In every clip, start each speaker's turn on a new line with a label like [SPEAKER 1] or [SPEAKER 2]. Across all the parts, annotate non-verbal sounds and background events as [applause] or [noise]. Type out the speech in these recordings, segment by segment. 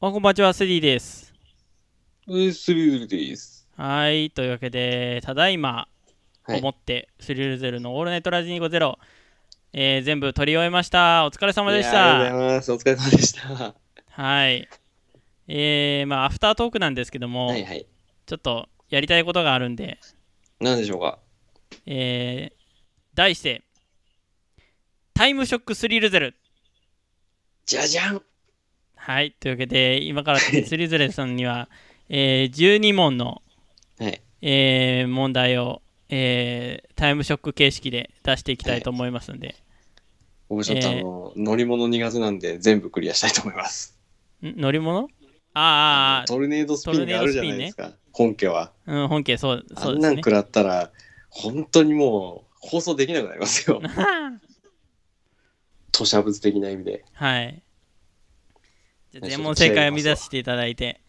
[SPEAKER 1] あこんばんちは、セディです。
[SPEAKER 2] えスリルです。
[SPEAKER 1] はい、というわけで、ただいま、
[SPEAKER 2] はい
[SPEAKER 1] 思って、スリルゼルのオールナイトラジニコゼロ、えー全部撮り終えました。お疲れ様でし
[SPEAKER 2] いやありがと
[SPEAKER 1] た。
[SPEAKER 2] うございます。お疲れ様でした。
[SPEAKER 1] はい。えー、まあ、アフタートークなんですけども、
[SPEAKER 2] はいはい。
[SPEAKER 1] ちょっとやりたいことがあるんで、
[SPEAKER 2] 何でしょうか
[SPEAKER 1] えー、題して、タイムショックスリルゼル。
[SPEAKER 2] じゃじゃん
[SPEAKER 1] はい、というわけで、今
[SPEAKER 2] [laughs]
[SPEAKER 1] からスリルゼルさんには、えー12問の
[SPEAKER 2] はい。
[SPEAKER 1] えー問題を、えータイムショック形式で出していきたいと思いますんで、
[SPEAKER 2] 僕ちょっとあ
[SPEAKER 1] えー
[SPEAKER 2] の、乗り物苦手なんで全部クリアしたいと思います。
[SPEAKER 1] ん乗り物あーあー
[SPEAKER 2] トルネードスピンがあるじゃないですか。本家は。
[SPEAKER 1] あー、うん、本家そう
[SPEAKER 2] あ
[SPEAKER 1] そうんで
[SPEAKER 2] な
[SPEAKER 1] す
[SPEAKER 2] ん
[SPEAKER 1] ね。
[SPEAKER 2] 食。らったら、本当にもう放送できなくなりますよ
[SPEAKER 1] [laughs] は
[SPEAKER 2] 吐砂物的な意味で。
[SPEAKER 1] い。じゃあ全問正解を目指していただいて、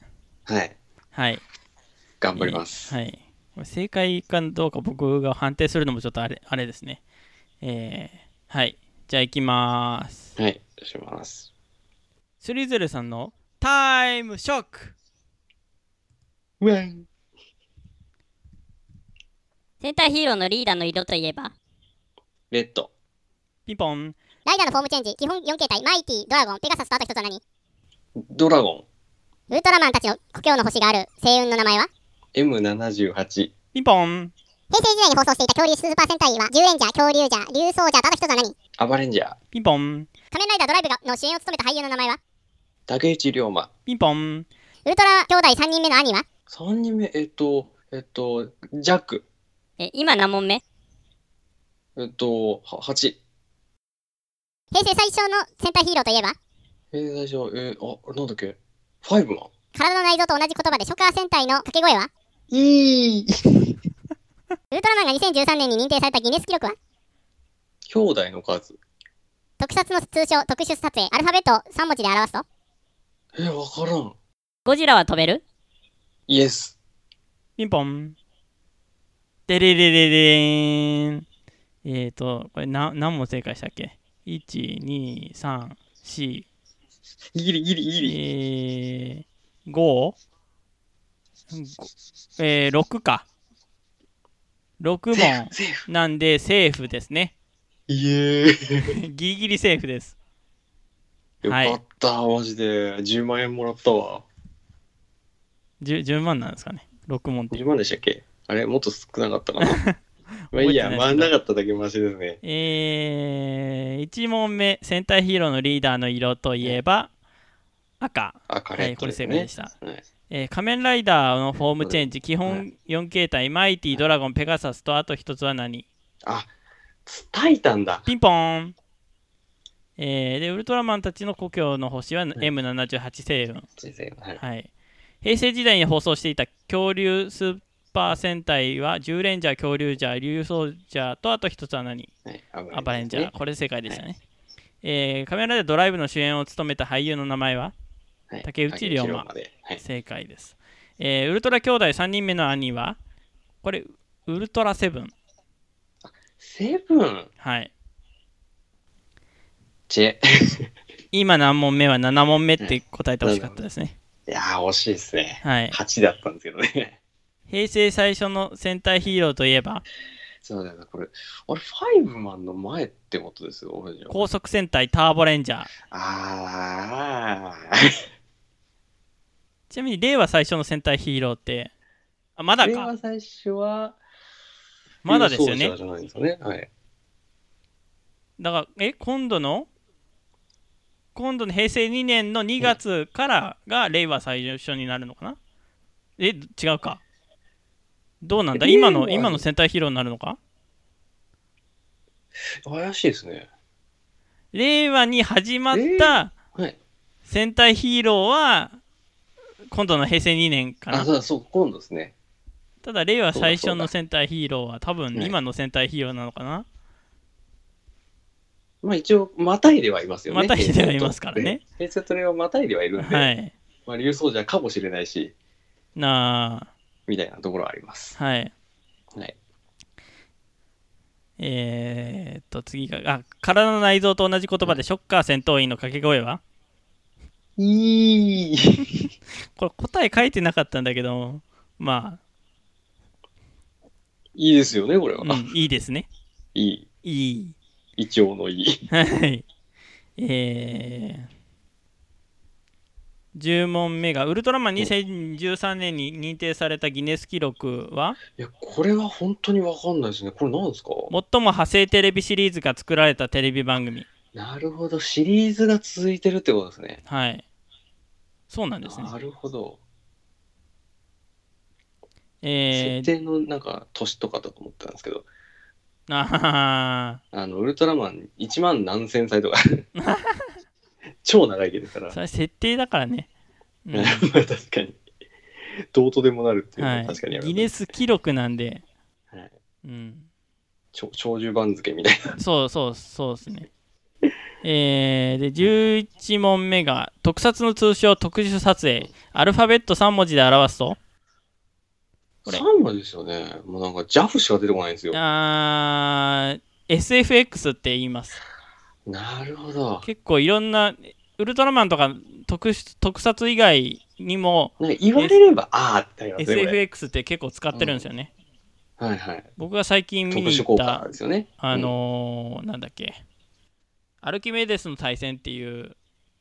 [SPEAKER 2] はい。
[SPEAKER 1] はい。
[SPEAKER 2] 頑張ります。
[SPEAKER 1] はい。これ正解かどうか僕が判定するのもちょっとあれあれですね。えーはい。じゃあ行きまーす。
[SPEAKER 2] はい。します。
[SPEAKER 1] スリゼルさんのタイムショック
[SPEAKER 2] うわん。
[SPEAKER 3] 戦隊ヒーローのリーダーの色といえば
[SPEAKER 2] レッド。
[SPEAKER 1] ピンポン。
[SPEAKER 4] ライダーのフォームチェンジ、基本4形態、マイティ、ドラゴン、ペガサスとあと一つは何ウ
[SPEAKER 2] ドラゴ
[SPEAKER 4] ルトラマンたちの故郷の星がある星雲の名前は
[SPEAKER 2] ン。M78。
[SPEAKER 1] ピンポン。
[SPEAKER 4] 平成時代に放送していた恐竜スーパー戦隊は、獣演者、恐竜者、竜奏者とあと一つは何仮
[SPEAKER 2] アバレンジャー。
[SPEAKER 1] ピンポン。
[SPEAKER 4] 面ライダードライブがの主演を務めた俳優の名前は
[SPEAKER 2] 竹内涼真。
[SPEAKER 1] ピンポン。
[SPEAKER 4] ウルトラ兄弟3人目の兄は
[SPEAKER 2] 3人目、えっと、えっと、ジャック、
[SPEAKER 3] え、今何問目
[SPEAKER 2] えっと、は8。
[SPEAKER 4] 平成最小の戦隊ヒーローといえば
[SPEAKER 2] えー、最初、えー、あ、なんだっけ ?5 マン。
[SPEAKER 4] 体の内臓と同じ言葉で初夏戦隊の掛け声は
[SPEAKER 2] いい
[SPEAKER 4] ウルトラマンが2013年に認定されたギネス記録は
[SPEAKER 2] 兄弟の数。
[SPEAKER 4] 特撮の通称特殊撮影アルファベットを3文字で表すと
[SPEAKER 2] えー、わからん。
[SPEAKER 3] ゴジラは飛べる
[SPEAKER 2] イエス。
[SPEAKER 1] ピンポン。でれれれれーん。えーと、これな何問正解したっけ ?1、2、3、4、
[SPEAKER 2] ギリギリギリ。
[SPEAKER 1] えー、5? えー、6か。6問
[SPEAKER 2] セーフ。
[SPEAKER 1] なんでセーフですね。 [laughs]
[SPEAKER 2] イエーイ。
[SPEAKER 1] ギリギリセーフです。
[SPEAKER 2] よ
[SPEAKER 1] はい
[SPEAKER 2] かった、マジで。10万円もらったわ。
[SPEAKER 1] 10, 10万なんですかね。6問って。
[SPEAKER 2] 10万でしたっけあれもっと少なかった
[SPEAKER 1] [laughs]
[SPEAKER 2] かな。まあいいや、
[SPEAKER 1] 覚えてないですけど
[SPEAKER 2] 回んなかっただけマシですね。
[SPEAKER 1] えー、1問目、戦隊ヒーローのリーダーの色といえば、赤。
[SPEAKER 2] あ、カ
[SPEAKER 1] は
[SPEAKER 2] レ
[SPEAKER 1] い、
[SPEAKER 2] ッ
[SPEAKER 1] こ
[SPEAKER 2] ト
[SPEAKER 1] れ
[SPEAKER 2] です
[SPEAKER 1] 正
[SPEAKER 2] ね。
[SPEAKER 1] 解でした。
[SPEAKER 2] はい
[SPEAKER 1] えー仮面ライダーのフォームチェンジ、基
[SPEAKER 2] は
[SPEAKER 1] 本4形態、マイティ、ドラゴン、ペガサスと、あと一つは何
[SPEAKER 2] あ、タイタンだ。
[SPEAKER 1] ピンポーン、えーで、ウルトラマンたちの故郷の星は M78 星雲。
[SPEAKER 2] はい
[SPEAKER 1] はい。平成時代に放送していた恐竜スーパー戦隊は、10レンジャー、恐竜ジャー、竜ソージャーと、あと一つは何
[SPEAKER 2] はい。
[SPEAKER 1] アバレンジャー。
[SPEAKER 2] ね。
[SPEAKER 1] これ正解でしたね。えー仮面ライダードライブの主演を務めた俳優の名前は
[SPEAKER 2] はい
[SPEAKER 1] 竹内涼真
[SPEAKER 2] で。はい。
[SPEAKER 1] 正解です、えーウルトラ兄弟3人目の兄はこれウルトラセブン
[SPEAKER 2] セブン
[SPEAKER 1] はい
[SPEAKER 2] チェ。
[SPEAKER 1] 今何問目は7問目って答えてほしかったですね、
[SPEAKER 2] いやー、惜しいですね。
[SPEAKER 1] はい、
[SPEAKER 2] 8だったんですけどね。 [laughs]
[SPEAKER 1] 平成最初の戦隊ヒーローといえば
[SPEAKER 2] そうだよね、これ。俺、ファイブマンの前ってことですよ、俺じゃ。
[SPEAKER 1] 高速戦隊ターボレンジャー
[SPEAKER 2] あ
[SPEAKER 1] ちなみに令和最初の戦隊ヒーローってあま
[SPEAKER 2] ー。
[SPEAKER 1] だ
[SPEAKER 2] れ
[SPEAKER 1] か
[SPEAKER 2] は最初は、
[SPEAKER 1] まだですよね
[SPEAKER 2] そうじゃないんですよね。はい。
[SPEAKER 1] だからえ今度の今度の平成2年の2月からが令和最初になるのかなえ違うかどうなんだ
[SPEAKER 2] 令和
[SPEAKER 1] 今の今の戦隊ヒーローになるのか
[SPEAKER 2] 怪しいですね。
[SPEAKER 1] 令和に始まった
[SPEAKER 2] はい。
[SPEAKER 1] 戦隊ヒーローは今度の平成2年か
[SPEAKER 2] あ、
[SPEAKER 1] な
[SPEAKER 2] そうだ、そう、今度ですね。
[SPEAKER 1] ただ令和最
[SPEAKER 2] そうだ
[SPEAKER 1] 初
[SPEAKER 2] そう
[SPEAKER 1] の
[SPEAKER 2] だ
[SPEAKER 1] 戦隊ヒーローは多分
[SPEAKER 2] ね
[SPEAKER 1] 今の戦隊ヒーローなのかな
[SPEAKER 2] まあ一応、またいではいますよね。
[SPEAKER 1] またいではいますからね
[SPEAKER 2] [laughs] 平成と。平成と令和またいではいるんで、
[SPEAKER 1] はい
[SPEAKER 2] まあ、流走者かもしれないし、
[SPEAKER 1] な
[SPEAKER 2] みたいなところはあります。
[SPEAKER 1] あはい
[SPEAKER 2] はい。
[SPEAKER 1] えー、っと次があ体の内臓と同じ言葉でショッカー戦闘員の掛け声はい [laughs]
[SPEAKER 2] い。
[SPEAKER 1] これ答え書いてなかったんだけど、ま
[SPEAKER 2] いいですよね、これ
[SPEAKER 1] あ、
[SPEAKER 2] は。
[SPEAKER 1] うん
[SPEAKER 2] [laughs]
[SPEAKER 1] いいですね。
[SPEAKER 2] いい。
[SPEAKER 1] いい。
[SPEAKER 2] イチョウのいい。
[SPEAKER 1] はい。えー、10問目が、ウルトラマン2013年に認定されたギネス記録はい
[SPEAKER 2] や、これは本当にわかんないですね。これなんですか
[SPEAKER 1] 最も派生テレビシリーズが作られたテレビ番組。
[SPEAKER 2] なるほど。シリーズが続いてるってことですね。
[SPEAKER 1] はい。そうなんですね。
[SPEAKER 2] なるほど。
[SPEAKER 1] え
[SPEAKER 2] 設
[SPEAKER 1] ー、
[SPEAKER 2] 定のなんか年とかだと思ったんですけど、
[SPEAKER 1] あはは
[SPEAKER 2] あの、ウルトラマン1万何千歳と
[SPEAKER 1] [laughs]
[SPEAKER 2] か。超長いけですから。
[SPEAKER 1] それ設定だからね。うん
[SPEAKER 2] まあ [laughs] 確かに。どうとでもなるっていうの
[SPEAKER 1] は
[SPEAKER 2] は確かにあ
[SPEAKER 1] い、
[SPEAKER 2] る、
[SPEAKER 1] ギネス記録なんで、
[SPEAKER 2] はい
[SPEAKER 1] うん、
[SPEAKER 2] ちょ長寿番付みたいな。
[SPEAKER 1] そうそうそうですね。えー、で11問目が特撮の通称特殊撮影アルファベット3文字で表すとこれ
[SPEAKER 2] 3話ですよね。もうなんか JAF しか出てこないんですよ。
[SPEAKER 1] あー SFX って言います
[SPEAKER 2] なるほど。
[SPEAKER 1] 結構いろんなウルトラマンとか特殊特撮以外にも
[SPEAKER 2] なんか言われれば、ああってなりますね。これ
[SPEAKER 1] SFX って結構使ってるんですよね、
[SPEAKER 2] はいはい。
[SPEAKER 1] 僕が最近
[SPEAKER 2] 特
[SPEAKER 1] 見に
[SPEAKER 2] 殊
[SPEAKER 1] 行っ
[SPEAKER 2] 効
[SPEAKER 1] た
[SPEAKER 2] 果ですよね。
[SPEAKER 1] あのーなんだっけ、アルキメデスの対戦っていう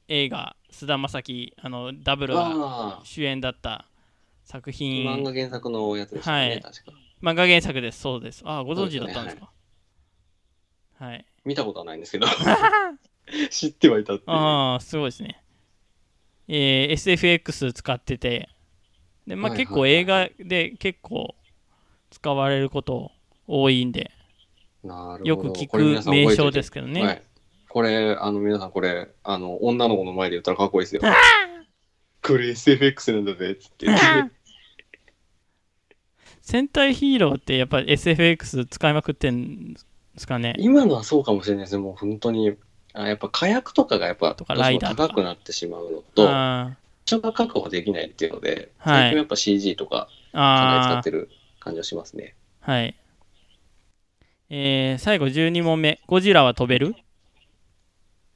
[SPEAKER 1] 映画、菅田将暉、あのダブ
[SPEAKER 2] う
[SPEAKER 1] ル
[SPEAKER 2] ん、
[SPEAKER 1] が
[SPEAKER 2] ああ、
[SPEAKER 1] 主演だった作品、
[SPEAKER 2] 漫
[SPEAKER 1] 漫
[SPEAKER 2] 画
[SPEAKER 1] 画
[SPEAKER 2] 原作のやつですよね、
[SPEAKER 1] はい
[SPEAKER 2] 確か。
[SPEAKER 1] 原作です、そうです。あーご存知だったんですか。はい、
[SPEAKER 2] 見たことはないんですけ
[SPEAKER 1] [laughs]
[SPEAKER 2] ど、知ってはいたっていう。
[SPEAKER 1] ああ、すごいですね。えー SFX 使ってて、でまあ、
[SPEAKER 2] はいはい
[SPEAKER 1] 結構映画で結構使われること多いんで、
[SPEAKER 2] なる
[SPEAKER 1] よ
[SPEAKER 2] ほ
[SPEAKER 1] く
[SPEAKER 2] ど。
[SPEAKER 1] 聞
[SPEAKER 2] これ皆
[SPEAKER 1] く
[SPEAKER 2] さん覚え
[SPEAKER 1] 名
[SPEAKER 2] てお
[SPEAKER 1] 称
[SPEAKER 2] いて
[SPEAKER 1] ですけどね。
[SPEAKER 2] はい。これ、あの、皆さん、これ、あの、女の子の前で言ったらかっこい
[SPEAKER 1] [laughs]
[SPEAKER 2] いですよ。これ SFX なんだぜ、つって。
[SPEAKER 1] 戦隊ヒーローってやっぱ SFX 使いまくってんですかね。
[SPEAKER 2] 今のはそうかもしれないですね。もう本当に、あやっぱ火薬とかがやっぱ、
[SPEAKER 1] とかライダーとか
[SPEAKER 2] 高くなってしまうのと、場
[SPEAKER 1] あ
[SPEAKER 2] 所が確保できないっていうので、
[SPEAKER 1] はい
[SPEAKER 2] 最近やっぱ CG とか、
[SPEAKER 1] ー
[SPEAKER 2] かなり使
[SPEAKER 1] あ
[SPEAKER 2] ってる感じはしますね。
[SPEAKER 1] ー、はい。えー、最後12問目。ゴジラは飛べる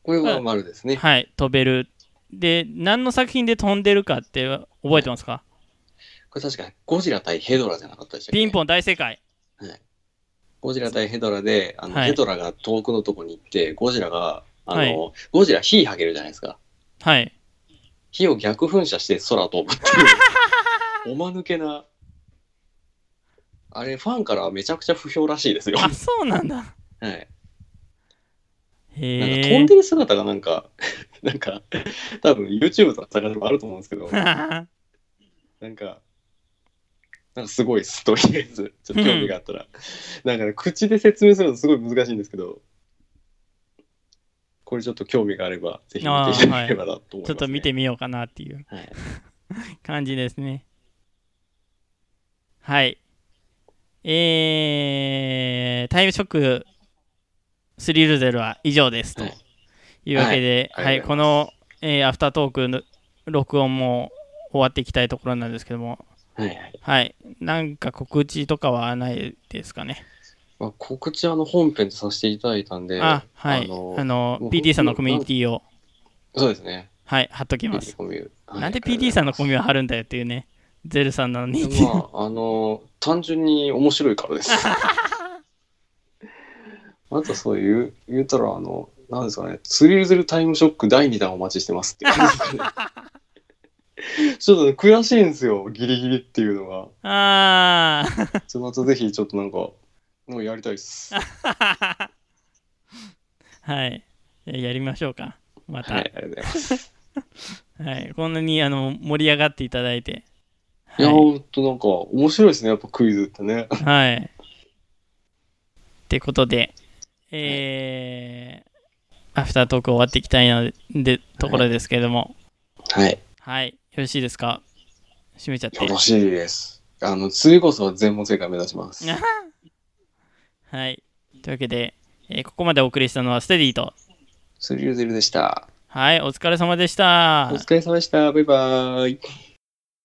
[SPEAKER 2] これは丸ですね。
[SPEAKER 1] はい、飛べる。で、何の作品で飛んでるかって覚えてますか
[SPEAKER 2] これ確かゴジラ対ヘドラじゃなかったでしたっけ
[SPEAKER 1] ピンポン大正解。
[SPEAKER 2] ゴジラ対ヘドラで、あの、
[SPEAKER 1] はい
[SPEAKER 2] ヘドラが遠くのとこに行って、ゴジラが、あの、
[SPEAKER 1] はい
[SPEAKER 2] ゴジラ火吐けるじゃないですか。
[SPEAKER 1] はい。
[SPEAKER 2] 火を逆噴射して空を飛ぶって
[SPEAKER 1] [laughs]
[SPEAKER 2] いう、おまぬけな、あれ、ファンからはめちゃくちゃ不評らしいですよ。は
[SPEAKER 1] あ、
[SPEAKER 2] い。
[SPEAKER 1] そうなんだ。
[SPEAKER 2] なんか飛
[SPEAKER 1] へ
[SPEAKER 2] ん
[SPEAKER 1] え。
[SPEAKER 2] でる姿がなんか、なんか、多分 YouTube とか探せばあると思うんですけど、なんか、なんかすごいです、とりあえ
[SPEAKER 1] [laughs]
[SPEAKER 2] ず。ちょっと興味があったら。なんかね、口で説明するのすごい難しいんですけど、これちょっと興味があれば、ぜひ見ていただければなと思います、ね
[SPEAKER 1] [laughs] ちょっと見てみようかなっていう
[SPEAKER 2] はい。
[SPEAKER 1] 感じですね。はい。えー、タイムショック360は以上ですと
[SPEAKER 2] はい
[SPEAKER 1] いうわけで、
[SPEAKER 2] は
[SPEAKER 1] はいい、
[SPEAKER 2] ありがと
[SPEAKER 1] こ
[SPEAKER 2] うござい
[SPEAKER 1] の、えーアフタートークの録音も終わっていきたいところなんですけども、
[SPEAKER 2] はいはい。
[SPEAKER 1] はい、なんか告知とかはないですかね。
[SPEAKER 2] まあ、告知はあの本編とさせていただいたんで、
[SPEAKER 1] あ、はい、あ
[SPEAKER 2] の
[SPEAKER 1] の、
[SPEAKER 2] もう
[SPEAKER 1] PT さんのコミュニティを、
[SPEAKER 2] そうですね。
[SPEAKER 1] はい、貼っときま
[SPEAKER 2] PD
[SPEAKER 1] す。
[SPEAKER 2] コミュ、はい
[SPEAKER 1] なんで PT さんのコミュを貼るんだよっていうね、ゼルさんなのに。
[SPEAKER 2] [laughs] まあ、あの、単純に面白いからです。あとそういう、言うたら、あの、なんですかね、釣り譲るタイムショック第2弾お待ちしてますっていう感じですかねちょっとね、悔しいんですよ、ギリギリっていうのが。
[SPEAKER 1] あー。
[SPEAKER 2] その後ぜひちょっとなんか、もうやりたいです。
[SPEAKER 1] [laughs] はい。えやりましょうか。また。
[SPEAKER 2] は
[SPEAKER 1] はいい、、
[SPEAKER 2] ありがとうございます。
[SPEAKER 1] こんなにあの盛り上がっていただいて。
[SPEAKER 2] い、や、ほんとなんか、面白いですね、やっぱクイズってね。
[SPEAKER 1] はい。はい。ってことで、えーアフタートーク終わっていきたいので、ところですけれども、
[SPEAKER 2] はい。
[SPEAKER 1] はい、よろしいですか閉めちゃって
[SPEAKER 2] よ。ろしいです。あの、次こそは全問正解目指します。
[SPEAKER 1] はい。というわけで、えーここまでお送りしたのはステディと、
[SPEAKER 2] 釣り譲るでした。
[SPEAKER 1] はい、お疲れ様でした
[SPEAKER 2] お。疲れ様でした。バイバイ。